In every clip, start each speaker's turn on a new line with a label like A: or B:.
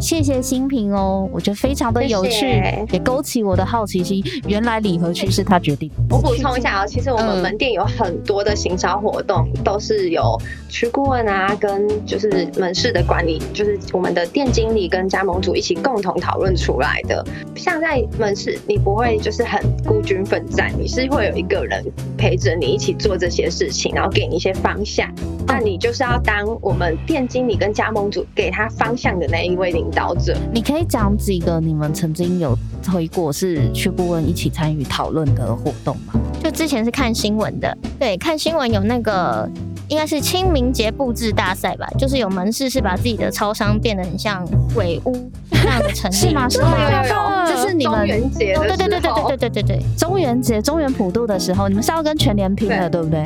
A: 谢谢新平哦，我觉得非常的有趣，
B: 谢谢
A: 也勾起我的好奇心。原来礼盒区是他决定的，
B: 我补充一下哦，其实我们门店有很多的行销活动，都是有区顾问啊，跟就是门市的管理，就是我们的店经理跟加盟主一起共同讨论出来的。像在门市，你不会就是很孤军奋战，你是会有一个人陪着你一起做这些事情，然后给你一些方向。那你就是要当我们店经理跟加盟主给他方向的那一位领导者。
A: 你可以讲几个你们曾经有推过是去顾问一起参与讨论的活动吗？
C: 就之前是看新闻的，对，看新闻有那个应该是清明节布置大赛吧，就是有门市是把自己的超商变得很像鬼屋那样的成立，
A: 是吗？是吗？
B: 有有
A: 这是你
B: 中
A: 们
B: 元节的时候，
C: 对对对对对对对对对，
A: 中元节中元普渡的时候，你们是要跟全联拼的，对不对？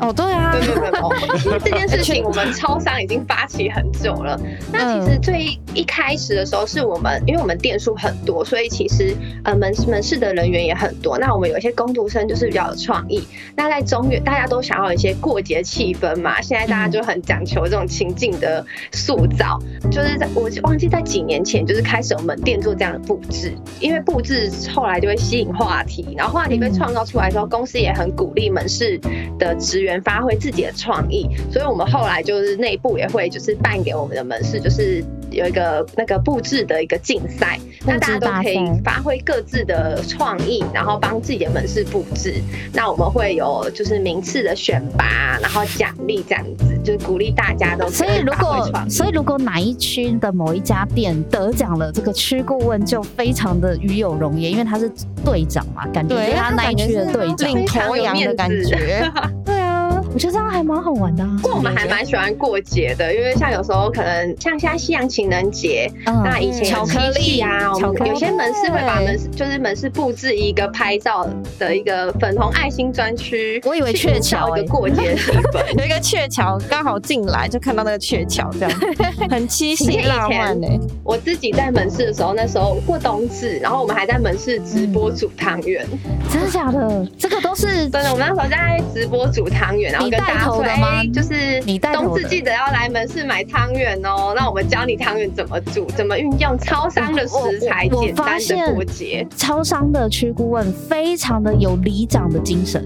A: 哦，对啊
B: 对对对 对，因为这件事情我们超商已经发起很久 了。那其实最一开始的时候，是我们因为我们店数很多，所以其实呃门门市的人员也很多。那我们有一些工读生就是比较有创意。那在中原，大家都想要有一些过节气氛嘛，现在大家就很讲求这种情境的塑造。就是在我忘记在几年前，就是开始我们店做这样的布置，因为布置后来就会吸引话题，然后话
A: 嗯
B: 题被创造出来之后，公司也很鼓励门市的职员发挥自己的创意，所以我们后来就是内部也会就是办给我们的门市就是。有一个那个布置的一个竞赛，那大家都可以
C: 布置
B: 发挥各自的创意，然后帮自己的门市布置。那我们会有就是名次的选拔，然后奖励这样子，就是鼓励大家都
A: 所以如
B: 发
A: 果
B: 挥创意
A: 所以如果哪一区的某一家店得奖了，这个区顾问就非常的与有荣焉，因为他是队长嘛，感觉
C: 对
A: 就是他那一
C: 感觉
A: 区的
C: 是
A: 队长。
C: 领头羊的感 觉，
A: 对啊，我觉得这样还蛮好玩的、啊。
B: 不过我们还蛮喜欢过节的，因为像有时候可能像现在西洋情人节，
A: 嗯
B: 那以前有
C: 巧克力
B: 七夕啊，我
C: 巧克
B: 们
C: 力
B: 有些门市会把门市就是门市布置一个拍照的一个粉红爱心专区，
A: 我以为
B: 去
A: 鹊桥
B: 营造一
A: 欸
B: 个过节气氛。
D: 有一个鹊桥，刚好进来就看到那个鹊桥，这样 很七夕浪漫欸呢、
B: 我自己在门市的时候，那时候过冬至，然后我们还在门市直播煮汤圆，
A: 真的假的？这个都是
B: 真的，我们那时候在直播煮汤圆，然后跟大家说，
A: 你带头的吗
B: 哎就是
A: 你带头的
B: 冬至记得要来门市买汤圆哦。那我们教你汤圆怎么煮，怎么运用超商的食材，
A: 我我我
B: 简
A: 发
B: 单
A: 现
B: 的过节。
A: 超商的区顾问，非常的有里长的精神，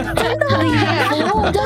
D: 对啊
A: 对不对？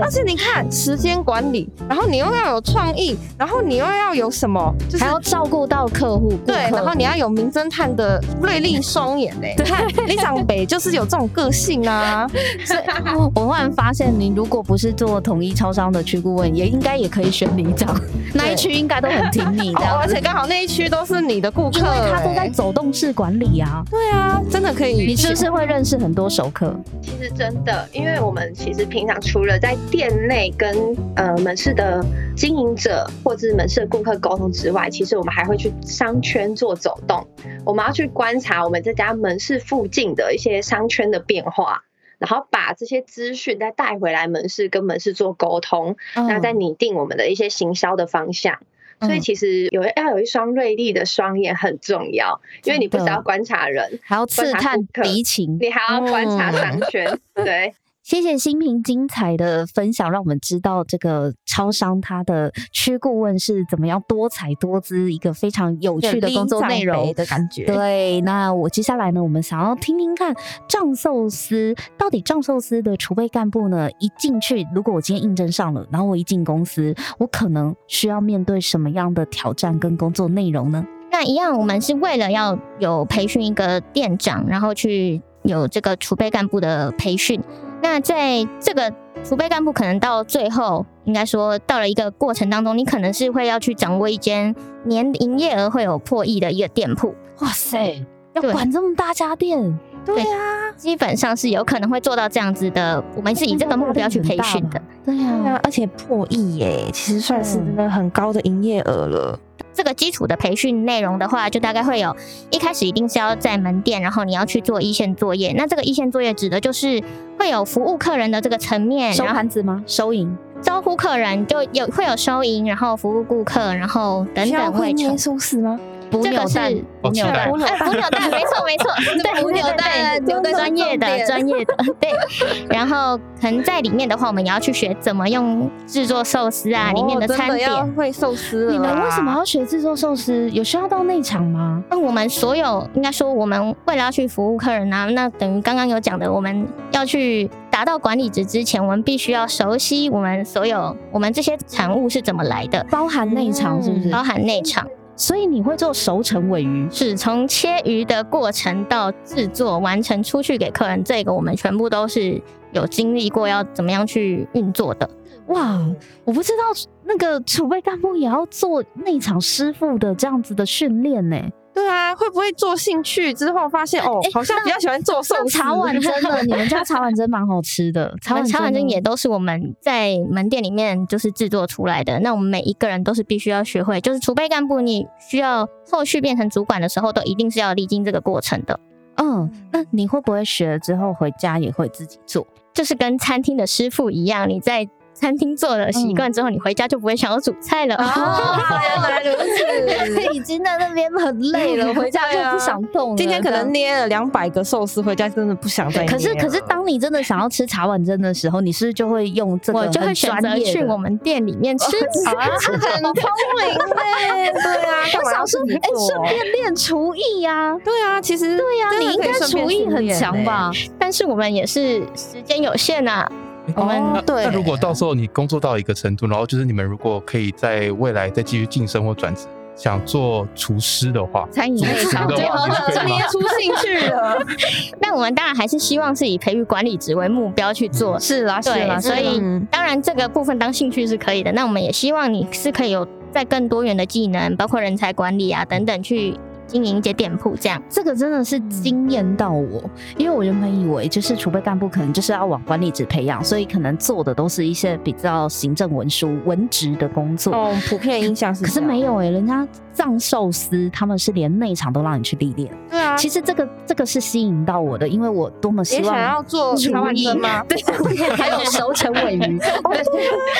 D: 但是你看时间管理，然后你又要有创意，然后你又要有什么，就是
A: 还要照顾到客户，顾
D: 对，
A: 客
D: 然后你要有名侦探的锐利双眼呢、你看李长北就是有这种个性啊，
A: 所以我我忽然发现，你如果不是做统一超商的区顾问，也应该也可以选里长，那一区应该都很挺你
D: 哦
A: 的，
D: 而且刚好那一区都是你的顾客、
A: 因为他都在
D: 欸
A: 走动式管理啊。
D: 对啊，真的可以，
A: 你是不是会认识很多熟客？
B: 其实真的，因为我们其实平常除了在店内跟呃门市的经营者或者是门市的顾客沟通之外，其实我们还会去商圈做走动，我们要去观察我们这家门市附近的一些商圈的变化。然后把这些资讯再带回来门市，跟门市做沟通，那再拟定我们的一些行销的方向。所以
A: 嗯
B: 其实有要有一双锐利的双眼很重要，因为你不只
A: 真的
B: 要观察人，
A: 还要刺探敌情。
B: 你还要观察商圈。
A: 嗯
B: 对，
A: 谢谢新平精彩的分享，让我们知道这个超商它的区顾问是怎么样多彩多姿，一个非常有趣的工作内容。
D: 的感觉，
A: 对，那我接下来呢，我们想要听听看藏寿司到底藏寿司的储备干部呢，一进去，如果我今天应征上了，然后我一进公司，我可能需要面对什么样的挑战跟工作内容呢？
C: 那一样，我们是为了要有培训一个店长，然后去有这个储备干部的培训。那在这个储备干部可能到最后，应该说到了一个过程当中，你可能是会要去掌握一间年营业额会有破亿的一个店铺，
A: 哇塞，要
C: 对
A: 管这么大家店，
D: 对啊。
C: 基本上是有可能会做到这样子的。我们是以这个目标去培训的。，啊
A: 对呀、
D: 嗯对啊，而且破亿耶，其实算是真的很高的营业额了。
C: 这个基础的培训内容的话，就大概会有一开始一定是要在门店，然后你要去做一线作业。那这个一线作业指的就是会有服务客人的这个层面，
A: 收
C: 然后
A: 盘子吗？收银？
C: 招呼客人，就有会有收银，然后服务顾客，然后等
D: 需要
C: 等
D: 会
C: 会
D: 捏
C: 成。
D: 寿司吗？
A: 补
C: 这
A: 扭
C: 个是
A: 蛋，
C: 补扭蛋，
D: 哎补扭
C: 哎，
D: 蛋
C: 补扭蛋，没错没错， 对，
D: 补扭蛋
C: 对
D: 扭蛋是
C: 专业
D: 重
C: 的
D: 点
C: 专业的， 对。然后可能在里面的话，我们也要去学怎么用制作寿司啊，里面
D: 哦
C: 的
D: 真
C: 餐点。
D: 要会寿司了啊
A: 你们为什么
D: 啦
A: 要学制作寿司？有需要到内场吗？
C: 那我们所有应该说，我们为了要去服务客人啊，那等于刚刚有讲的，我们要去达到管理职之前，我们必须要熟悉我们所有我们这些产物是怎么来的，
A: 包含内场是不是？
C: 包含内场，
A: 所以你会做熟成尾鱼，
C: 是从切鱼的过程到制作完成出去给客人，这个我们全部都是有经历过要怎么样去运作的。
A: 哇！我不知道那个储备干部也要做内场师傅的这样子的训练呢。
D: 对啊，会不会做兴趣之后发现哦，好像比较喜欢做寿
A: 哎那
D: 司？
A: 茶碗蒸的，你们家茶碗蒸蛮好吃的，茶碗
C: 茶碗蒸
A: 呢
C: 也都是我们在门店里面就是制作出来的。那我们每一个人都是必须要学会，就是储备干部，你需要后续变成主管的时候，都一定是要历经这个过程的。
A: 嗯。那你会不会学了之后回家也会自己做？
C: 就是跟餐厅的师傅一样，你在餐厅做了习惯之后，你回家就不会想要煮菜了。 嗯
D: 哦，原来如 此。
A: 已经在那边很累 了，回家就不想动了。
D: 今天可
A: 这样
D: 能捏了两百个寿司回家，真的不想再捏了。
A: 可是可是，当你真的想要吃茶碗蒸的时候，你是不是就会用这个
C: 我就会
A: 很
C: 选
A: 专
C: 择
A: 业
C: 去
A: 的
C: 我们店里 面吃。啊
D: 很聪 明嘞，对啊， 干嘛要自己
A: 哎，顺
D: 做？啊
A: 便练厨艺呀、
D: 对啊，其实对啊
A: 那你应该厨艺很强吧？？
D: 欸
C: 但是我们也是时间有限啊，我们
D: 哦
C: 哦，
D: 对。
E: 那如果到时候你工作到一个程度，然后就是你们如果可以在未来再继续晋升或转职，想做厨师的话，
C: 餐饮
E: 主
C: 类
E: 厨
C: 场
E: 的
C: 就
E: 话，你是 可以吗
D: 捏？出兴趣 了，
C: 那我们当然还是希望是以培育管理职为目标去做。
D: 是啦，是啊嗯啦，
C: 对，所以当然这个部分当兴趣是可以的。那我们也希望你是可以有在更多元的技能，包括人才管理啊等等，去经营一些店铺这样。
A: 这个真的是惊艳到我，因为我原本以为就是储备干部可能就是要往管理职培养，所以可能做的都是一些比较行政文书文职的工作。
D: 哦，普遍印象是，
A: 可是没，有哎、人家藏寿司他们是连内场都让你去历练。
D: 对啊，
A: 其实这个这个是吸引到我的，因为我多么希
D: 也
A: 望
D: 想要做
A: 厨
D: 台湾
A: 艺啊
D: 针 吗？对，
A: 还有熟成尾鱼。 哦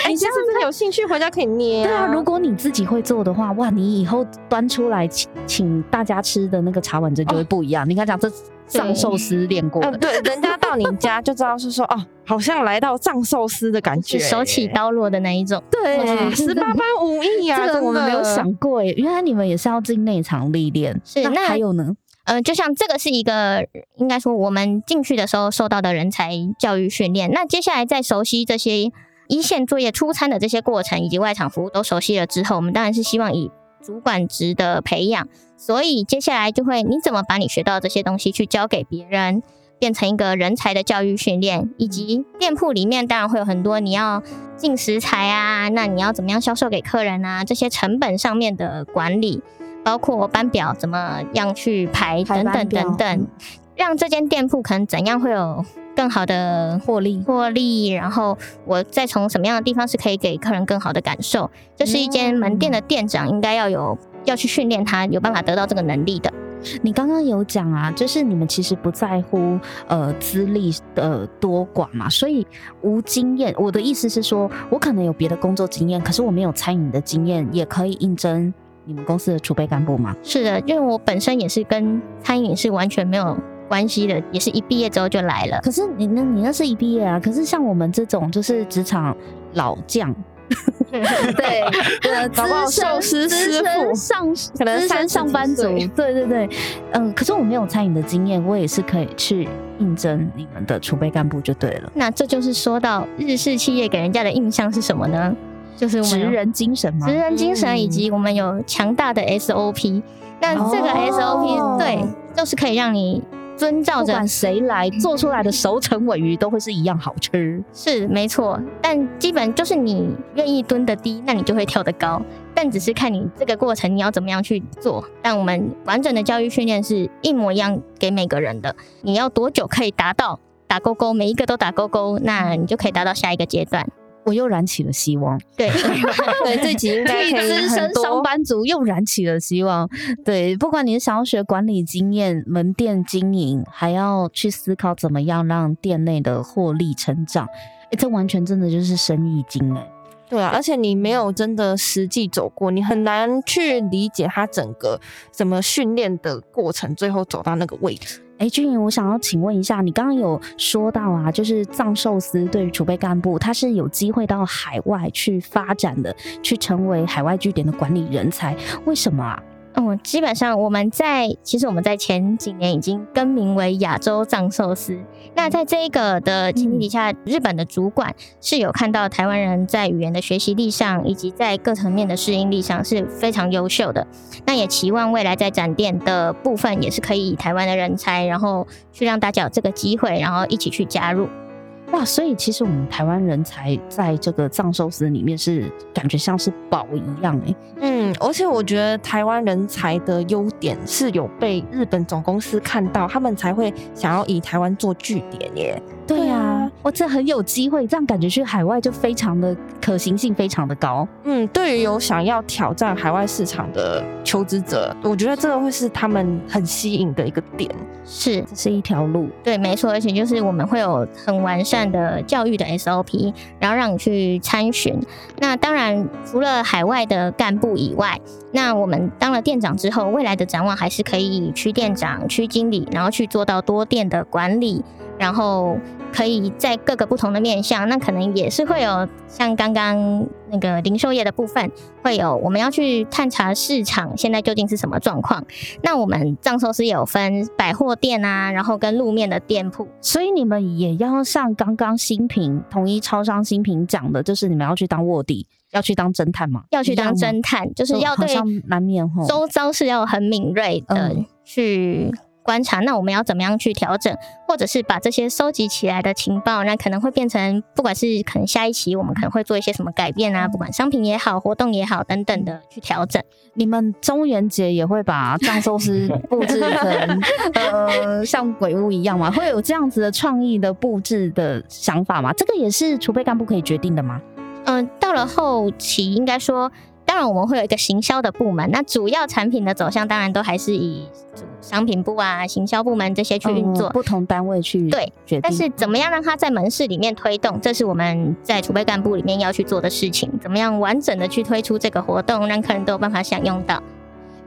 D: 你这样子有兴趣回家可以捏。
A: 对啊，如果你自己会做的话，哇，你以后端出来请请大家吃的那个茶碗蒸就会不 一样。你刚讲这藏寿司练过
D: 呃，
A: 的，
D: 对，人家到你家就知道是说哦，好像来到藏寿司的感觉，
C: 是手起刀落的那一种，
D: 对，十八般武艺啊，
A: 这个我们没有
D: 真的
A: 想过耶。原来你们也是要进内场历练，
C: 是
A: 那
C: 那
A: 还有呢？
C: 呃，就像这个是一个，应该说我们进去的时候受到的人才教育训练。那接下来再熟悉这些一线作业、出餐的这些过程以及外场服务都熟悉了之后，我们当然是希望以主管职的培养。所以接下来就会，你怎么把你学到的这些东西去教给别人，变成一个人才的教育训练，以及店铺里面当然会有很多你要进食材啊，那你要怎么样销售给客人啊，这些成本上面的管理。包括班表怎么样去排
A: 排
C: 等
A: 班
C: 等
A: 表嗯
C: 等等，让这间店铺可能怎样会有更好的
A: 获利
C: 获利，然后我再从什么样的地方是可以给客人更好的感受，这是一
A: 嗯
C: 间门店的店长应该要有要去训练他有办法得到这个能力的。
A: 你刚刚有讲啊，就是你们其实不在乎呃资历的多寡嘛，所以无经验。我的意思是说，我可能有别的工作经验，可是我没有餐饮的经验，也可以应征你们公司的储备干部吗？
C: 是的，因为我本身也是跟餐饮是完全没有关系的，也是一毕业之后就来了。
A: 可是你那，你那是一毕业啊。可是像我们这种就是职场老将，对，呃，
D: 搞不好
A: 资深
D: 寿司
A: 资
D: 师
A: 深
D: 傅
A: 上
D: 可能
A: 资深
D: 30几
A: 上班族
D: 岁，
A: 对对对，嗯。可是我没有餐饮的经验，我也是可以去应征你们的储备干部就对了。
C: 那这就是说到日式企业给人家的印象是什么呢？就是我们
A: 职
C: 有
A: 人精神吗
C: 职？人精神，以及我们有强大的 SOP。那这个 SOP、
A: 哦
C: 对，就是可以让你遵照
A: 不
C: 着
A: 管谁来
D: 嗯
A: 做出来的熟成尾鱼都会是一样好吃。
C: 是没错，但基本就是你愿意蹲得低，那你就会跳得高。但只是看你这个过程你要怎么样去做。但我们完整的教育训练是一模一样给每个人的，你要多久可以达到打勾勾，每一个都打勾勾，那你就可以达到下一个阶段。
A: 我又燃起了希望。
C: 对，
D: 对，这集应该
A: 对
D: 可以
A: 资
D: 很
A: 深上
D: 多。
A: 班族又燃起了希望。对，不管你是想要学管理经验、门店经营，还要去思考怎么样让店内的获利成长，诶这完全真的就是生意经哎、
D: 对啊，而且你没有真的实际走过，你很难去理解他整个怎么训练的过程，最后走到那个位置。
A: 哎，俊颖，我想要请问一下，你刚刚有说到啊，就是藏寿司对于储备干部，他是有机会到海外去发展的，去成为海外据点的管理人才，为什么啊？
C: 嗯，基本上我们在其实我们在前几年已经更名为亚洲藏寿司。那在这个的前提底下，日本的主管是有看到台湾人在语言的学习力上，以及在各层面的适应力上是非常优秀的。那也期望未来在展店的部分，也是可以以台湾的人才，然后去让大家有这个机会，然后一起去加入。
A: 哇，所以其实我们台湾人才在这个藏寿司里面是感觉像是宝一样哎、
D: 嗯，而且我觉得台湾人才的优点是有被日本总公司看到，他们才会想要以台湾做据点耶。
A: 对
D: 对
A: 呀、
D: 啊
A: 哇，这很有机会，这样感觉去海外就非常的可行性非常的高。
D: 嗯，对于有想要挑战海外市场的求职者，我觉得这个会是他们很吸引的一个点。
A: 哦
C: 是
A: 这是一条路，
C: 对，没错，而且就是我们会有很完善的教育的 SOP，然后让你去参询。那当然，除了海外的干部以外，那我们当了店长之后，未来的展望还是可以以区店长、区经理，然后去做到多店的管理，然后可以在各个不同的面向，那可能也是会有像刚刚那个零售业的部分，会有我们要去探查市场现在究竟是什么状况。那我们藏寿司也有分百货店啊，然后跟路面的店铺。
A: 所以你们也要像刚刚新平统一超商新平讲的，就是你们要去当卧底，要去当侦探嘛，
C: 要去当
A: 一样吗哦
C: 侦探，就是要
A: 好
C: 对
A: 像难免吼
C: 周遭是要很敏锐的
A: 嗯
C: 去观察。那我们要怎么样去调整，或者是把这些收集起来的情报，那可能会变成不管是可能下一期我们可能会做一些什么改变啊，
A: 嗯
C: 不管商品也好、活动也好等等的去调整。
A: 你们中元节也会把藏寿司布置成呃像鬼屋一样吗？会有这样子的创意的布置的想法吗？这个也是储备干部可以决定的吗？
C: 嗯，到了后期应该说，当然我们会有一个行销的部门，那主要产品的走向当然都还是以商品部啊、行销部门这些去运
A: 嗯
C: 作。
A: 不同单位去
C: 对
A: 决定，
C: 但是怎么样让它在门市里面推动，这是我们在储备干部里面要去做的事情。怎么样完整的去推出这个活动，让客人都有办法享用到。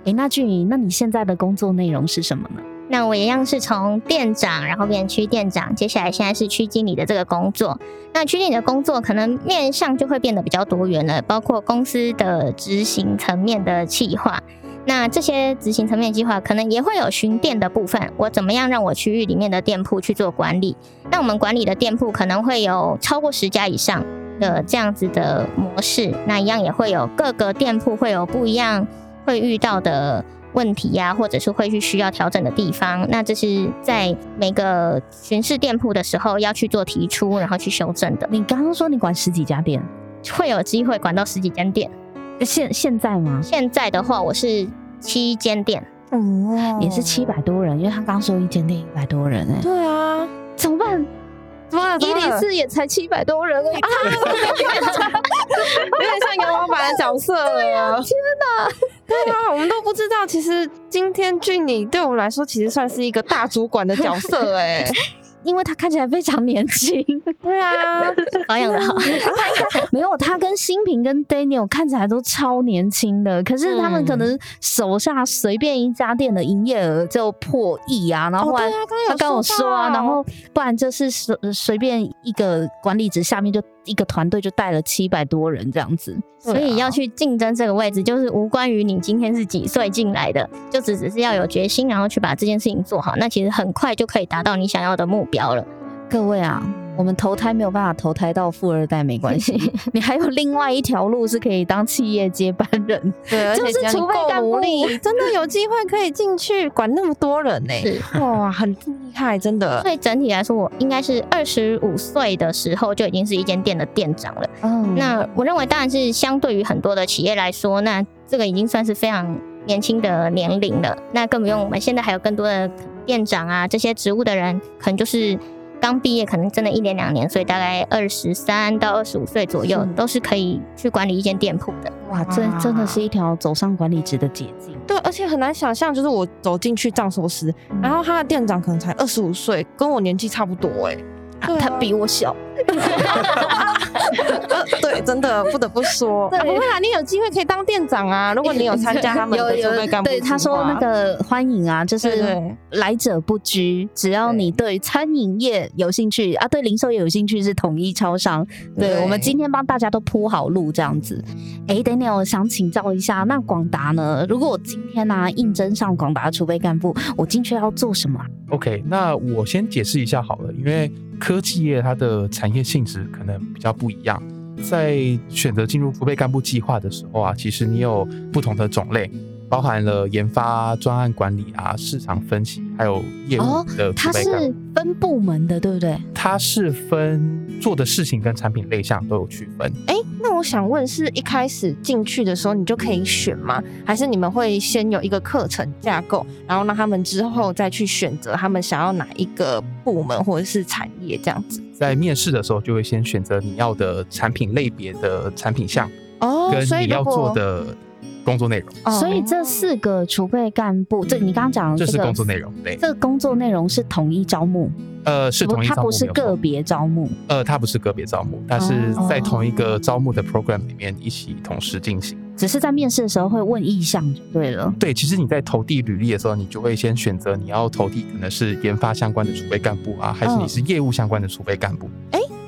A: 诶，那俊怡，那你现在的工作内容是什么呢？
C: 那我一样是从店长，然后变成区店长，接下来现在是区经理的这个工作。那区经理的工作可能面向就会变得比较多元了，包括公司的执行层面的企划。那这些执行层面的计划，可能也会有巡店的部分。我怎么样让我区域里面的店铺去做管理？那我们管理的店铺可能会有超过十家以上的这样子的模式。那一样也会有各个店铺会有不一样会遇到的问题呀、或者是会去需要调整的地方，那这是在每个巡视店铺的时候要去做提出，然后去修正的，
A: 你刚刚说你管十几家店，
C: 会有机会管到十几间店。
A: 现现在吗？
C: 现在的话，我是七间店，
D: 嗯，
A: 也是七百多人，因为他刚说一间店一百多人哎、
D: 对啊，
A: 怎么办？
D: 怎么了？怎么了
A: 也才七百多人
C: 啊
A: 而已，
D: 有点像杨老板的角色 了。啊天哪！对啊，我们都不知道，其实今天俊你对我们来说，其实算是一个大主管的角色 哎、
A: 因为他看起来非常年轻。
D: 对啊，
C: 保养的好。
A: 嗯没有，他跟新平跟 Daniel 看起来都超年轻的，可是他们
D: 嗯
A: 可能手下随便一家店的营业额就破亿啊， 然后后来、
D: 哦对啊
A: 他
D: 刚刚有
A: 跟我
D: 说
A: 说啊，
D: 到
A: 然后不然就是随随便一个管理职下面就一个团队就带了七百多人这样子，
C: 所以
D: 啊
C: 要去竞争这个位置，就是无关于你今天是几岁进来的，就只只是要有决心，然后去把这件事情做好，那其实很快就可以达到你想要的目标了。
A: 各位啊，我们投胎没有办法投胎到富二代没关 系，你还有另外一条路是可以当企业接班人。
D: 对，而
A: 就
D: 且
A: 是
D: 只要你
A: 储备
D: 够
A: 干
D: 努
A: 部
D: 力，真的有机会可以进去管那么多人呢、
C: 是。
D: 哇，很厉害，真 的。
C: 所以整体来说，我应该是二十五岁的时候就已经是一间店的店长了。
A: 嗯
C: 那我认为，当然是相对于很多的企业来说，那这个已经算是非常年轻的年龄了。那更不用我们现在还有更多的店长啊这些职务的人，可能就是刚毕业，可能真的一年两年，所以大概二十三到二十五岁左右，都是可以去管理一间店铺的。
A: 哇，这真的是一条走上管理职的捷径。
D: 对，而且很难想象，就是我走进去藏寿司，
A: 嗯
D: 然后他的店长可能才二十五岁，跟我年纪差不多哎、
C: 啊
D: 对啊
C: 他比我小，
D: 呃对，真的不得不 说，啊、不会啦，你有机会可以当店长啊，如果你有参加他 们的储备干部
A: 对
D: 计
A: 他说
D: 划
A: 那个欢迎啊，就
D: 对
A: 是
D: 对
A: 来者不拒，只要你对餐饮业有兴趣啊，对零售业有兴趣是统一超商。对
D: 对
A: 我们今天帮大家都铺好路这样子。哎，Daniel，我想请教一下，那广达呢？如果我今天呢、啊、应征上广达储备干部，我进去要做什么啊？
E: OK，那我先解释一下好了，因为科技业它的产业性质可能比较不一样。在选择进入储备干部计划的时候啊，其实你有不同的种类，包含了研发、专案管理啊、市场分析，还有业务
A: 哦
E: 的
A: 它
E: 储备
A: 是
E: 干部。
A: 分部门的，对不对？
E: 它是分做的事情跟产品类项都有区分。
D: 哎、那我想问，是一开始进去的时候你就可以选吗？还是你们会先有一个课程架构，然后让他们之后再去选择他们想要哪一个部门或者是产业这样子？
E: 在面试的时候，就会先选择你要的产品类别的产品项
D: 哦
E: 跟
D: 所以
E: 你要
D: 如果
E: 做的工作内容，
D: 哦
A: 所以这四个储备干部，这你刚刚讲的
E: 这
A: 这
E: 是
A: 个
E: 工作内容。对，
A: 这个工作内容是统一招募，
E: 呃，是同一
A: 它
E: 招募
A: 不是
E: 没有错
A: 个别招募。
E: 呃，它不是个别招募，它是在同一个招募的 program 里面一起同时进行。
A: 只是在面试的时候会问意向就对了。
E: 对，其实你在投递履历的时候，你就会先选择你要投递可能是研发相关的储备干部啊，还是你
A: 嗯
E: 是业务相关的储备干部。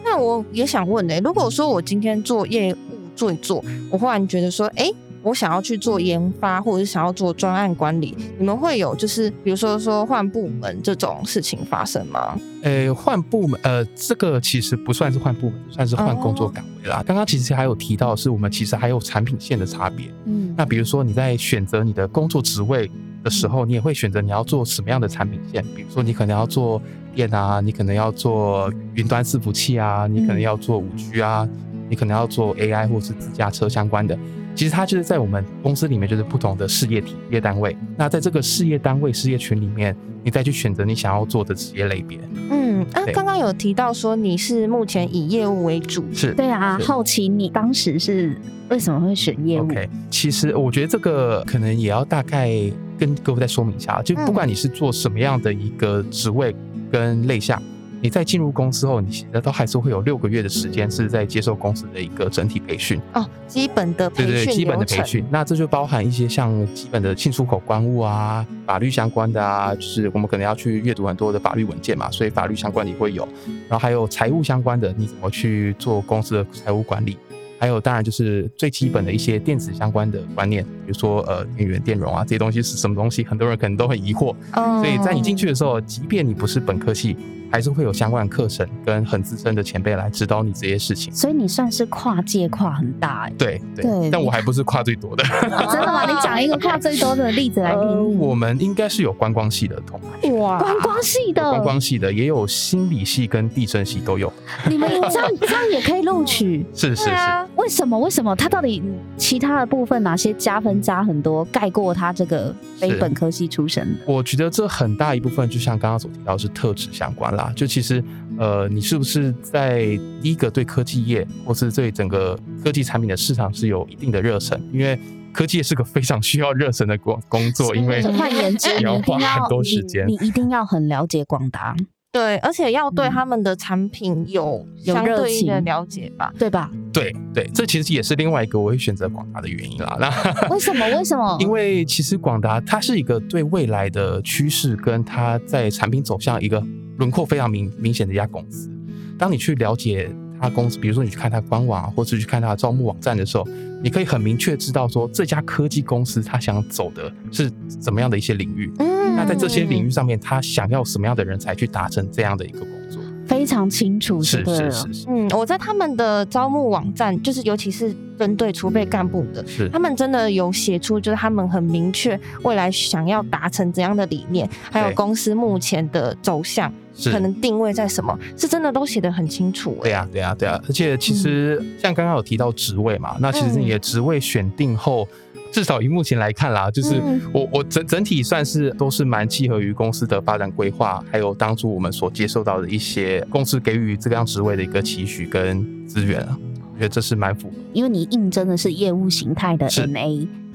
D: 那我也想问呢、欸如果说我今天做业务做一做，我忽然觉得说，哎、我想要去做研发，或者是想要做专案管理，你们会有就是比如说说换部门这种事情发生吗？
E: 呃，换部门，呃，这个其实不算是换部门，算是换工作岗位啦。刚刚其实还有提到，是我们其实还有产品线的差别。
A: 嗯，
E: 那比如说你在选择你的工作职位的时候，你也会选择你要做什么样的产品线，比如说你可能要做电啊，你可能要做云端伺服器啊，你可能要做五 G 啊，你可能要做 AI 或是自驾车相关的。其实它就是在我们公司里面，就是不同的事业体、业单位。那在这个事业单位、事业群里面，你再去选择你想要做的职业类别。
D: 嗯，啊，
E: 对
D: 刚刚有提到说你是目前以业务为主，
E: 是，
A: 对啊，
E: 是
A: 好奇你当时是为什么会选业务
E: OK，其实我觉得这个可能也要大概跟各位再说明一下，就不管你是做什么样的一个职位跟类项，你在进入公司后，你现在都还是会有六个月的时间是在接受公司的一个整体培训，
D: 哦，基本的培
E: 对
D: 训
E: 对，基本的
D: 流
E: 培
D: 程
E: 训。那这就包含一些像基本的进出口关务啊、法律相关的啊，就是我们可能要去阅读很多的法律文件嘛，所以法律相关你会有，然后还有财务相关的，你怎么去做公司的财务管理。还有，当然就是最基本的一些电子相关的观念，比如说呃电源、电容啊这些东西是什么东西，很多人可能都很疑惑。
D: 哦
E: 所以在你进去的时候，即便你不是本科系，还是会有相关的课程跟很资深的前辈来指导你这些事情。
A: 所以你算是跨界跨很大哎、
E: 对
A: 对
E: 对，但我还不是跨最多的。
A: 啊 真的吗？你讲一个跨最多的例子来听
E: 呃，
A: 听。
E: 我们应该是有观光系的同行，
D: 哇，
A: 观光系的
E: 有，观哦光系的也有心理系跟地震系都有，
A: 你 们这样这样也可以录取？
E: 是是是。
A: 为什么？为什么？他到底其他的部分哪些加分加很多，盖过他这个非
E: 是
A: 本科系出身的？
E: 我觉得这很大一部分，就像刚刚所提到是特质相关啦。就其实，呃，你是不是在第一个对科技业或是对整个科技产品的市场是有一定的热忱？因为科技业是个非常需要热忱的工工作，因为
A: 换言之，
E: 你
A: 你
E: 要
A: 一定
E: 花
A: 要
E: 很多
A: 你
E: 时间
A: 你一定要很了解广达，
D: 对，而且要
E: 嗯
D: 对他们的产品有
A: 有
D: 相
A: 热
D: 对应的
A: 情
D: 了解吧。
A: 对吧？
E: 对对，这其实也是另外一个我会选择广达的原因啦。那
A: 为什么？为什么？
E: 因为其实广达它是一个对未来的趋势跟它在产品走向一个轮廓非常明明显的一家公司。当你去了解它公司，比如说你去看它官网啊，或是去看它的招募网站的时候，你可以很明确知道说这家科技公司它想走的是怎么样的一些领域。
D: 嗯
E: 那在这些领域上面，它想要什么样的人才去达成这样的一个工作？
A: 非常清楚，
E: 是
A: 对
E: 是
A: 了。
E: 是是
D: 嗯，我在他们的招募网站，就是尤其是针对储备干部的，
E: 是
D: 他。们真的有写出，就是他们很明确未来想要达成怎样的理念，还有
E: 对
D: 公司目前的走向，
E: 是
D: 可能定位在什么，是真的都写得很清楚、欸
E: 对呀、啊对呀、对呀、而且其实像刚刚有提到职位嘛，那其实你的职位选定后，至少以目前来看啦，就是
C: 嗯
E: 我我整整体算是都是蛮契合于公司的发展规划，还有当初我们所接受到的一些公司给予这样职位的一个期许跟资源啊，我觉得这是蛮符合。
A: 因为你应征的是业务形态的
E: 是是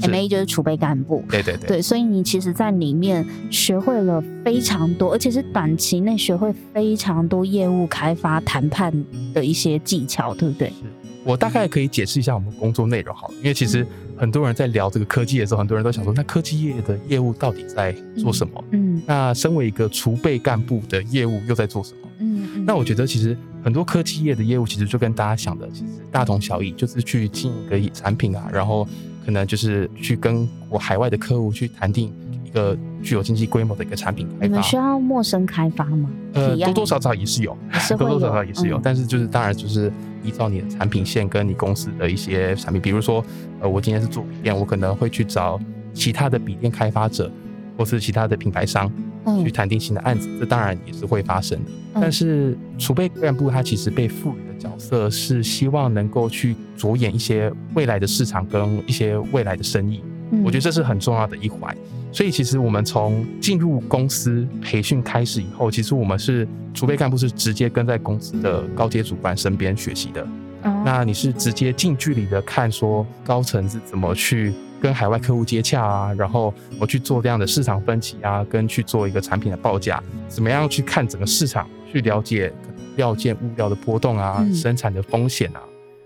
A: MA，MA 就是储备干部。
E: 对对对，
A: 对，所以你其实，在里面学会了非常多，而且是短期内学会非常多业务开发、谈判的一些技巧，对不对？
E: 我大概可以解释一下我们工作内容好了，因为其实很多人在聊这个科技的时候，很多人都想说，那科技业的业务到底在做什么？
A: 嗯
E: 那身为一个储备干部的业务又在做什么？
A: 嗯嗯
E: 那我觉得其实很多科技业的业务其实就跟大家想的其实大同小异，就是去经营一个产品啊，然后可能就是去跟我海外的客户去谈定一个具有经济规模的一个产品
A: 你
E: 开
A: 们
E: 发，啊
A: 需要陌生开发吗？
E: 呃，
A: 提案
E: 多多少少也是有，
A: 是会
E: 多
A: 有
E: 多少少也是有，
A: 嗯
E: 但是就是当然就是依照你的产品线跟你公司的一些产品，比如说呃，我今天是做笔电，我可能会去找其他的笔电开发者或是其他的品牌商
A: 嗯
E: 去谈定新的案子，这当然也是会发生的。
A: 嗯
E: 但是储备干部他其实被赋予的角色是希望能够去着眼一些未来的市场跟一些未来的生意，
A: 嗯
E: 我觉得这是很重要的一环。所以其实我们从进入公司培训开始以后，其实我们是储备干部是直接跟在公司的高阶主管身边学习的。
D: 哦，
E: 那你是直接近距离的看说高层是怎么去跟海外客户接洽啊，然后我去做这样的市场分析啊，跟去做一个产品的报价，怎么样去看整个市场，去了解可能料件物料的波动啊，
A: 嗯
E: 生产的风险啊，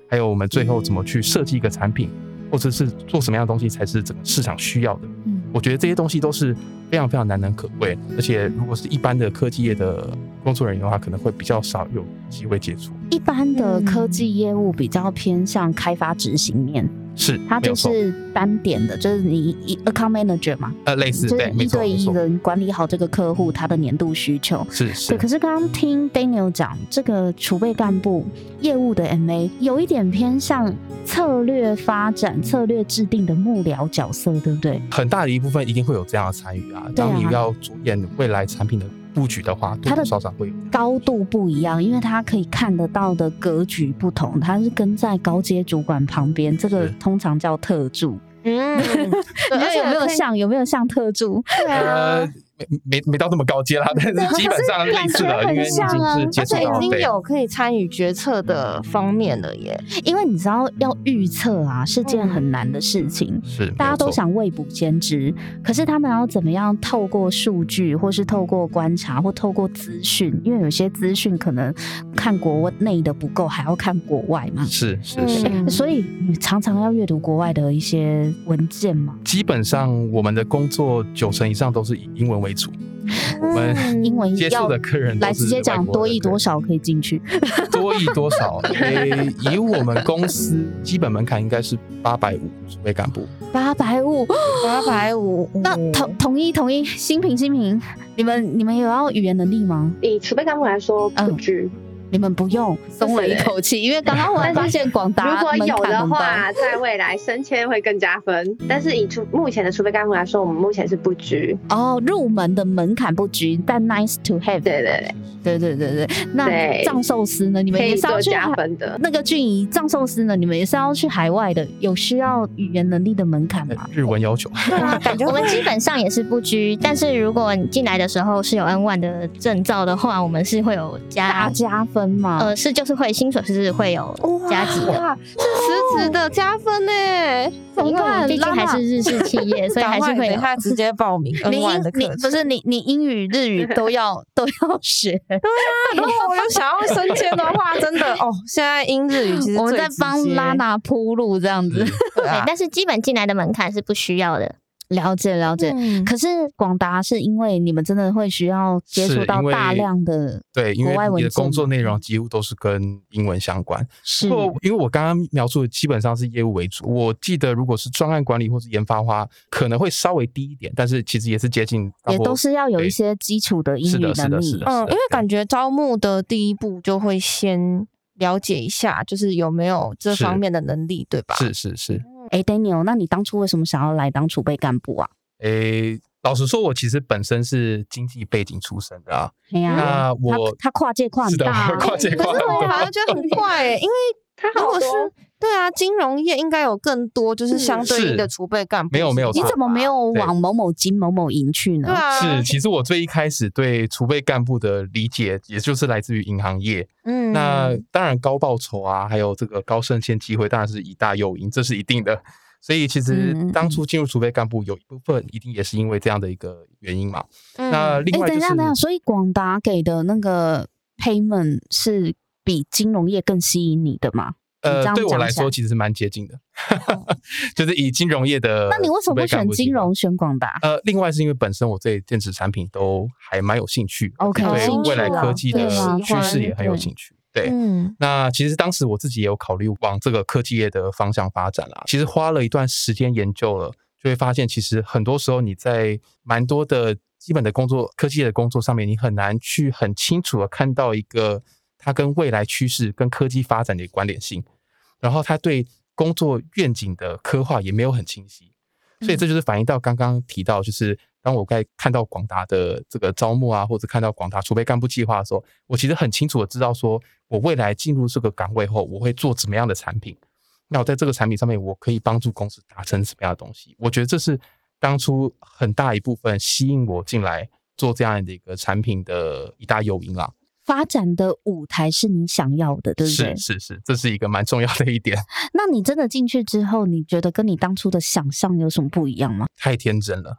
E: 还有我们最后怎么去设计一个产品，或者是做什么样的东西才是整个市场需要的。
A: 嗯
E: 我觉得这些东西都是非常非常难能可贵，而且如果是一般的科技业的工作人员的话，可能会比较少有机会接触。
A: 一般的科
D: 嗯
A: 技业务比较偏向开发执行面，
E: 是，
A: 它
E: 没有
A: 就
E: 错
A: 是单点的，就是你一 account manager 嘛，
E: 呃，类似
A: 就
E: 对，
A: 是
E: 没
A: 一
E: 错，
A: 对
E: 没
A: 一
E: 错，
A: 的管理好这个客户他的年度需求。
E: 是是
A: 对，可是刚刚听 Daniel 讲，这个储备干部业务的 MA 有一点偏向策略发展、策略制定的幕僚角色，对不对？
E: 很大的一部分一定会有这样的参与啊。
A: 对啊
E: 当你要着眼未来产品的布局的话，
A: 它
E: 多
A: 的
E: 多少少会有。
A: 高度不一样，因为他可以看得到的格局不同，他是跟在高阶主管旁边，这个
E: 是
A: 通常叫特助。
D: 嗯，
A: 你觉
D: 对
A: 得有没有
D: 而且
A: 像有没有像特助？
D: 对
E: 呃
D: 啊，，
E: 没没没到那么高阶 啦，但
A: 对
E: 是基本上类似
A: 可
E: 的，
A: 是感
E: 因为你已
A: 觉很啊
E: 经是接
D: 而
E: 触
D: 且已
E: 到
D: 经
E: 对，
D: 有可以参与决策的方面了耶。
A: 因为你知道要预测啊是件
D: 嗯
A: 很难的事情，
E: 是
A: 大家都，
E: 没有错
A: 想未卜先知，可是他们要怎么样透过数据，或是透过观察，或透过资讯？因为有些资讯可能看国内的不够，还要看国外嘛。
E: 是是
D: 嗯
E: 是。
A: 诶所以你常常要阅读国外的一些文件嘛，
E: 基本上我们的工作九成以上都是以英文为主，我们
A: 英文
E: 嗯接
A: 要
E: 触的客人都
A: 来
E: 是
A: 直接讲
E: 外国
A: 多
E: 人
A: 益多
E: 对
A: 少可以进去，
E: 多益多少？诶，以我们公司基本门槛应该是八百五储备干部。
A: 八百五。
D: 八百五，
A: 那
E: 哦
A: 统统一统一新品新品，你们你们有要语言能力吗？
B: 以储备干部来说，不
A: 嗯
B: 拘。
A: 你们不用，松了一口气，因为刚刚我还发现广达
B: 如果
A: 门
B: 有
A: 槛
B: 的
A: 很高，
B: 话，在未来升迁会更加分。但是以储目前的储备干部来说，我们目前是不拘。
A: 哦，入门的门槛不拘，但 nice to have。
B: 对对
A: 对对对对，那
B: 对
A: 藏寿司呢？你
B: 对，
A: 们
B: 可
A: 也
B: 以
A: 是要
B: 做
A: 去
B: 加
A: 海
B: 分的。
A: 那个俊怡藏寿司呢？你们也是要去海外的，有需要语言能力的门槛吗？
E: 日文 要求，
D: 对 啊，感觉
C: 我们基本上也是不拘，但是如果你进来的时候是有 N one 的证照的话，我们是会有
A: 大
C: 加，
A: 加分嘛？
C: 呃，是就是会薪水是会有加级的，
D: 哇，是实质的加分
A: 哦
D: 呢。欸
A: 怎么
C: 因为我
A: 办
C: 们毕竟还是日式企 业，所以还
D: 赶快
C: 是会
D: 等
C: 有
D: 一。下直接报名 N
E: 呃
A: 你英
D: 万的课
A: 你
D: 程。
A: 不是你你英语日语都要 都要学，
D: 如果我有想要升迁的话，真的哦，现在英日语其实
A: 我们在帮拉
D: 娜，
A: 娜铺路这样
E: 嗯
A: 子。
D: 对
C: 对
D: 啊，
C: 但是基本进来的门槛是不需要的。
A: 了解了解，
D: 嗯
A: 可是广达是因为你们真的会需要接触
E: 是
A: 到
E: 因为
A: 大量的
E: 对，因
A: 国
E: 为
A: 外文
E: 你的
A: 件
E: 工作内容几乎都是跟英文相关。
A: 是
E: 不过，因为我刚刚描述的基本上是业务为主，我记得如果是专案管理或是研发的话，可能会稍微低一点，但是其实也是接近，
A: 也都是要有一些基础的英
E: 啊是
A: 语
E: 的，是
A: 能
E: 的，是
A: 力
E: 的，。
D: 嗯，因为感
E: 觉
D: 觉招募的第一步就会先了解一下，就是有没有这
E: 是
D: 方面的能力，对吧？
E: 是是是，
A: 哎，Daniel，那你当初为什么想要来当储备干部啊？
E: 诶。老实说，我其实本身是经济背景出身的啊。
A: 哎呀，
E: 那
A: 他
E: 我
A: 他跨界跨很
E: 是的，
A: 大啊
E: 我跨界
D: 可
E: 跨
D: 是
E: 很
D: 我
E: 大
D: 反而觉得很怪、欸，因为
B: 它
D: 如
B: 好
D: 果是
B: 多。
D: 对啊，金融业应该有更多就是相对应的
E: 是
D: 储备干部。
E: 没有没有
A: 你
E: 错
A: 怎么没有
E: 对
A: 往某某金、某某银去呢？哎
D: 对啊，
E: 是，其实我最一开始对储备干部的理解，也就是来自于银行业。
D: 嗯
E: 那当然高报酬啊，还有这个高升迁机会，当然是一大诱因，这是一定的。所以其实
A: 嗯嗯
E: 当初进入储备干部，有一部分一定也是因为这样的一个原因嘛。
D: 嗯
E: 那另
A: 哎、
E: 外
A: 等
E: 就
A: 一
E: 是
A: 下，等一下，所以广达给的那个 payment 是比金融业更吸引你的吗？你这
E: 呃，
A: 样
E: 对我
A: 讲
E: 来
A: 起来
E: 说其实是蛮接近的， 就是以金融业的。
A: 那你为什么不选金融，？选广达？
E: 呃，另外是因为本身我对电子产品都还蛮有兴趣
A: OK，
E: 而且
D: 有兴
E: 对未来
D: 趣啊
E: 科技的
D: 对啊
E: 趋势也很有
A: 对
E: 兴趣。对，
D: 嗯
E: 那其实当时我自己也有考虑往这个科技业的方向发展啦。其实花了一段时间研究了，就会发现其实很多时候你在蛮多的基本的工作、科技业的工作上面，你很难去很清楚的看到一个它跟未来趋势、跟科技发展的关联性，然后它对工作愿景的刻画也没有很清晰。所以这就是反映到刚刚提到，就是当我在看到广达的这个招募啊，或者看到广达储备干部计划的时候，我其实很清楚的知道说，我未来进入这个岗位后，我会做怎么样的产品。那我在这个产品上面，我可以帮助公司达成什么样的东西？我觉得这是当初很大一部分吸引我进来做这样的一个产品的一大诱因啦。
A: 发展的舞台是你想要的，对不对
E: 是？是是，这是一个蛮重要的一点。
A: 那你真的进去之后，你觉得跟你当初的想象有什么不一样吗？
E: 太天真了，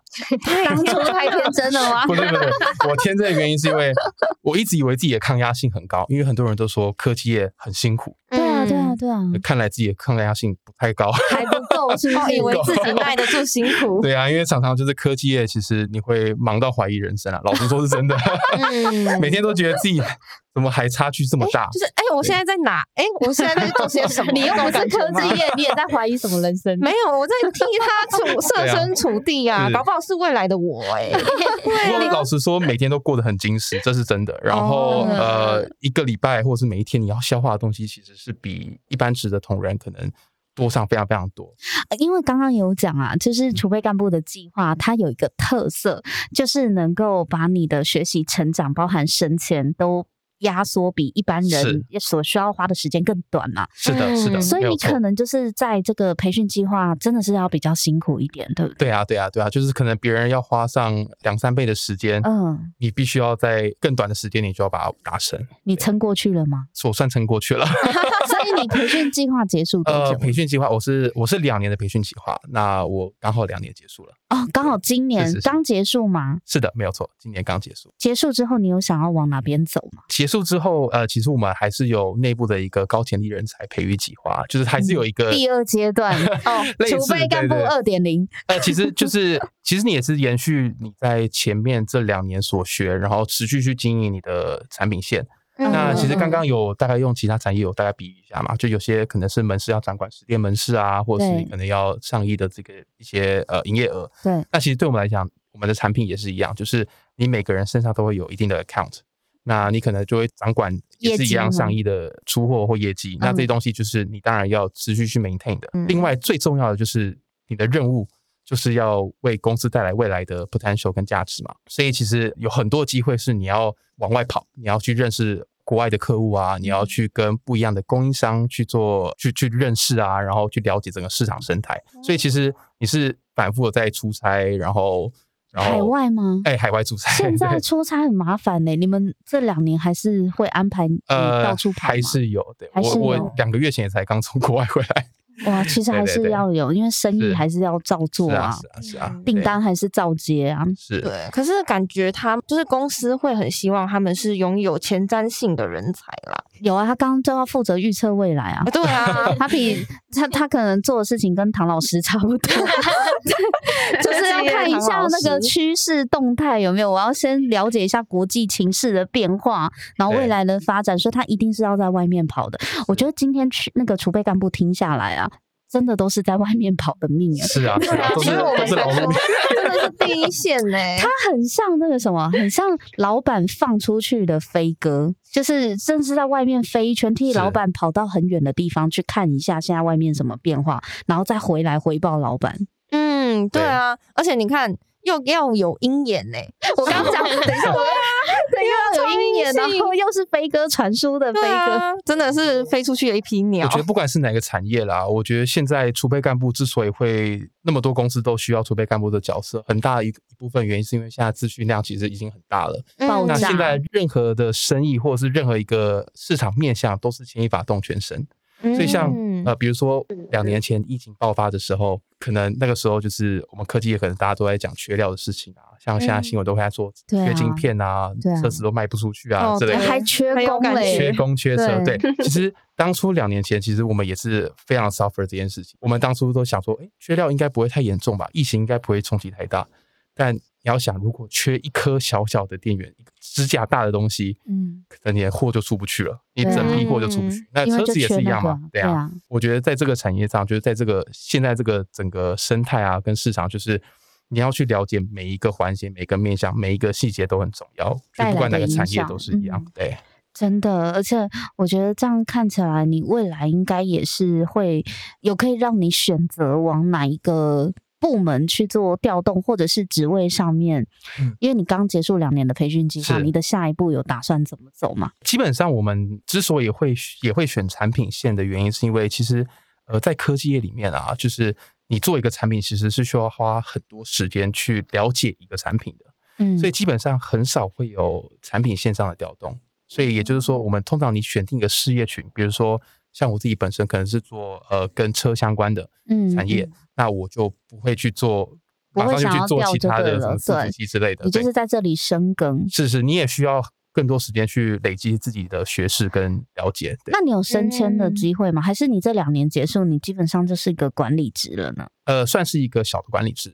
A: 当初太天真了吗？
E: 不是不是，我天真的原因是因 为我一直以为自己的抗压性很高，因为很多人都说科技业很辛苦，
A: 对啊， 对
D: 嗯
A: 啊，，对啊，
E: 看来自己的抗压性不太高。
A: 还不够是不
D: 哦，
A: 是？
D: 以为自己耐得住辛苦。
E: 对啊，因为常常就是科技业，其实你会忙到怀疑人生啊。老实说是真的，
D: 嗯
E: 每天都觉得自己怎么还差距这么大。
D: 就是哎、我现在在哪？哎、我现在在做些什么？
A: 你又
D: 那
A: 不
D: 种
A: 是
D: 感 觉
A: 科
D: 吗
A: 技业，你也在怀疑什么人生？
D: 没有，我在替他处设
E: 对啊
D: 身处地啊，
E: 是
D: 搞不好是未来的我哎、
E: 不过老实说，每天都过得很精实，这是真的。然后
D: 哦
E: 呃，一个礼拜或者是每一天你要消化的东西，其实是比一般职的同仁可能多上非常非常多。
A: 呃因为刚刚有讲啊，就是
E: 嗯
A: 储备干部的计划，它有一个特色，就是能够把你的学习成长，包含升迁，都压缩比一般人所需要花的时间更短嘛、
E: 是的，是的，
D: 嗯
A: 所以
E: 没有
A: 你
E: 错
A: 可能就是在这个培训计划，真的是要比较辛苦一点，对不对？
E: 对啊，对啊，对啊，就是可能别人要花上两三倍的时间，
A: 嗯，
E: 你必须要在更短的时间你就要把它达成。
A: 你撑过去了 吗？
E: 我算撑过去了。
A: 所以你培训计划结束多
E: 呃，
A: 久？
E: 培训计划我是我是两年的培训计划，那我刚好两年结束了。
A: 哦，刚好今
E: 是
A: 年
E: 是是
A: 刚结束嘛。
E: 是的，没有错，今年刚结束。
A: 结束之后，你有想要往哪边走吗？
E: 结束之后，呃，其实我们还是有内部的一个高潜力人才培育计划，就是还是有一个、
A: 嗯第二阶段哦，
E: 类似
A: 储备干部
E: 对对
A: 二点零，
E: 呃，其实就是其实你也是延续你在前面这两年所学，然后持续去经营你的产品线。
A: 嗯
E: 那
D: 嗯
E: 其实刚刚有大概用其他产业有大概比喻一下嘛，就有些可能是门市要掌管十店门市啊，或者是
A: 对
E: 可能要上亿的这个一些呃营业额。
A: 对，
E: 那其实对我们来讲，我们的产品也是一样，就是你每个人身上都会有一定的 account，那你可能就会掌管也是一
A: 业
E: 样
A: 绩吗
E: 上亿的出货或业绩。那
A: 嗯
E: 这些东西就是你当然要持续去 maintain 的。
D: 嗯
E: 另外最重要的就是你的任务。就是要为公司带来未来的 potential 跟价值嘛，所以其实有很多机会是你要往外跑，你要去认识国外的客户啊，你要
A: 嗯
E: 去跟不一样的供应商去做去去认识啊，然后去了解整个市场生态。
A: 哦
E: 所以其实你是反复的在出差，然后然后
A: 海外吗？
E: 哎、海外出差，
A: 现在
E: 对
A: 出差很麻烦呢、你们这两年还是会安排你
E: 呃
A: 到处跑吗？
E: 还是有对
A: 还是
E: 我
A: 有
E: 我两个月前也才刚从国外回来，
A: 哇，其实
E: 对
A: 还
E: 对
A: 是
E: 对
A: 要有，因为生意
E: 是
A: 还是要照做
E: 是
A: 啊，
E: 啊是啊是啊，
A: 订
E: 对
A: 单还是照接啊。
E: 是。
D: 对，可是感觉他就是公司会很希望他们是拥有前瞻性的人才啦。
A: 有啊，他刚刚就要负责预测未来啊
D: 啊。对啊，
A: 他比 他他可能做的事情跟唐老师差不多， 就是 要看一下那个趋势动态有没有。我要先了解一下国际情势的变化，然后未
E: 对
A: 来的发展，所以他一定是要在外面跑的。我觉得今天去那个储备干部听下来啊，真的都是在外面跑的命啊。
E: 是啊， 是啊，都是
D: 所以我
E: 都
D: 们
E: 是老
D: 才
E: 公
D: 说，真的是第一线 呢、
A: 他很像那个什么，很像老板放出去的飞鸽，就是甚至在外面飞一圈，替
E: 是
A: 老板跑到很远的地方去看一下现在外面什么变化，然后再回来回报老板。
D: 嗯，对啊，而且你看，又要有鹰眼呢、我刚 讲，等一下我
A: 又有鹰眼，然
D: 创意性
A: 后又是飞哥传输的飞
D: 对
A: 哥，
D: 啊，真的是飞出去的一匹鸟
E: 我觉。得不管是哪个产业啦，我觉得现在储备干部之所以会那么多公司都需要储备干部的角色，很大一一部分原因是因为现在资讯量其实已经很大了。
A: 爆
E: 那
A: 炸
E: 现在任何的生意或者是任何一个市场面向都是牵一发动全身，所以像
D: 嗯
E: 呃，比如说两年前疫情爆发的时候，可能那个时候就是我们科技业可能大家都在讲缺料的事情啊，像现在新闻都会在说
A: 对啊
E: 缺晶片啊
A: 对啊，
E: 车子都卖不出去啊
D: 哦
E: 之类
D: 对
E: 的。
A: 还缺
D: 很有
A: 工
D: 感
A: 嘞，
D: 觉
E: 缺工缺车，
A: 对
E: 对， 其实当初两年前，其实我们也是非常 suffer 这件事情。我们当初都想说，哎，缺料应该不会太严重吧，疫情应该不会冲击太大。但你要想，如果缺一颗小小的电源，一个指甲大的东西，
A: 嗯，
E: 可能你的货就出不去了，你
A: 对啊
E: 整批货就出不去。那
A: 因为
E: 车
A: 就
E: 子也
A: 缺
E: 是一
A: 那
E: 样
A: 个
E: 嘛
A: 啊，对
E: 对啊
A: 啊。
E: 我觉得在这个产业上，就是在这个现在这个整个生态啊，跟市场，就是你要去了解每一个环节、每一个面向、每一个细节都很重要。就
A: 带
E: 不管
A: 来
E: 哪
A: 的
E: 个产
A: 影
E: 业
A: 响
E: 都是一样
A: 嗯，
E: 对。
A: 真的，而且我觉得这样看起来，你未来应该也是会有可以让你选择往哪一个部门去做调动，或者是职位上面，
E: 嗯
A: 因为你刚结束两年的培训计划，
E: 是
A: 你的下一步有打算怎么走吗？
E: 基本上我们之所以会也会选产品线的原因，是因为其实呃，在科技业里面啊，就是你做一个产品，其实是需要花很多时间去了解一个产品的，
A: 嗯，
E: 所以基本上很少会有产品线上的调动。所以也就是说，
A: 嗯
E: 我们通常你选定一个事业群，比如说像我自己本身可能是做呃跟车相关的
A: 嗯
E: 产业，
A: 嗯
E: 那我就不会去做，
A: 不
E: 马
A: 会
E: 上就
A: 想要
E: 去做
A: 调
E: 其
A: 就
E: 他
A: 对
E: 的什
A: 了
E: 么伺
A: 对
E: 服器之类的，
A: 嗯你就
E: 对
A: 是在这里深耕。
E: 是是，你也需要更多时间去累积自己的学识跟了解。对
A: 那，你有升迁的机会吗？还是你这两年结束，你基本上就是一个管理职了呢？
E: 呃，算是一个小的管理制，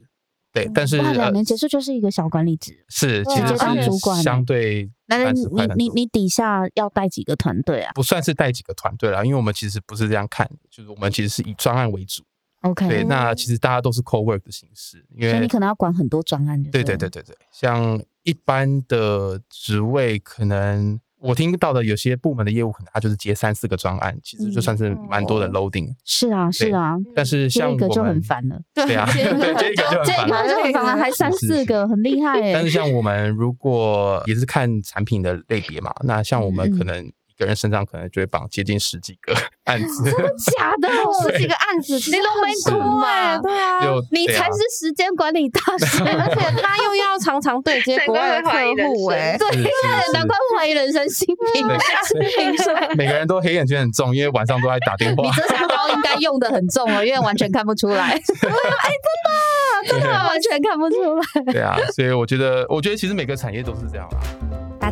E: 对，但是、
A: 嗯哇，两
E: 呃
A: 年结束就是一个小管理职。
E: 是
D: 对
E: 其
D: 啊
E: 实
D: 当
A: 主管
E: 是相对
A: 那
E: 暂
A: 你
E: 时快很
A: 你
E: 多
A: 你底下要带几个团队啊
E: 不算是带几个团队啦，因为我们其实不是这样看的，就是我们其实是以专案为主。
A: ？OK，
E: 对，那其实大家都是 co work 的形式，因
A: 哎所以
E: 为
A: 你可能要管很多专案就
E: 对
A: 对
E: 对
A: 了
E: 对对对，像一般的职位，可能我听到的有些部门的业务，可能他就是接三四个专案，其实
A: 嗯
E: 就算是蛮多的 loading、
A: 是啊，是
E: 对
A: 啊，
E: 但是
A: 接
E: 像
A: 一个
E: 我
A: 就很
E: 们
A: 烦了，
E: 对啊，对，这一个就很
A: 这
E: 烦
A: 一个
E: 了。
A: 就很烦了， 还三
E: 是是
A: 四个，很厉害哎
E: 但是。像我们如果也是看产品的类别嘛，那像我
A: 嗯
E: 们可能一个人身上可能就会绑接近十几 个案子，
A: 假的，
D: 这是一个案子，其
A: 你
D: 实
A: 都没
D: 很
A: 读
D: 多哎
A: 啊
D: 对啊，
E: 就
A: 你
E: 对啊
A: 才是时间管理大师。
D: 而且他又要常常对接国外的客户哎、
E: 是是是
A: 难怪怀疑人生性病，
E: 对
A: 所以
E: 每个人都黑眼圈很重，因为晚上都在打电 话
A: 你。遮瑕膏应该用的很重哦，因为完全看不出 来。啊哎真的啊完全看不出来。
E: 对啊，所以我觉得，我觉得其实每个产业都是这样啊啦。
F: 大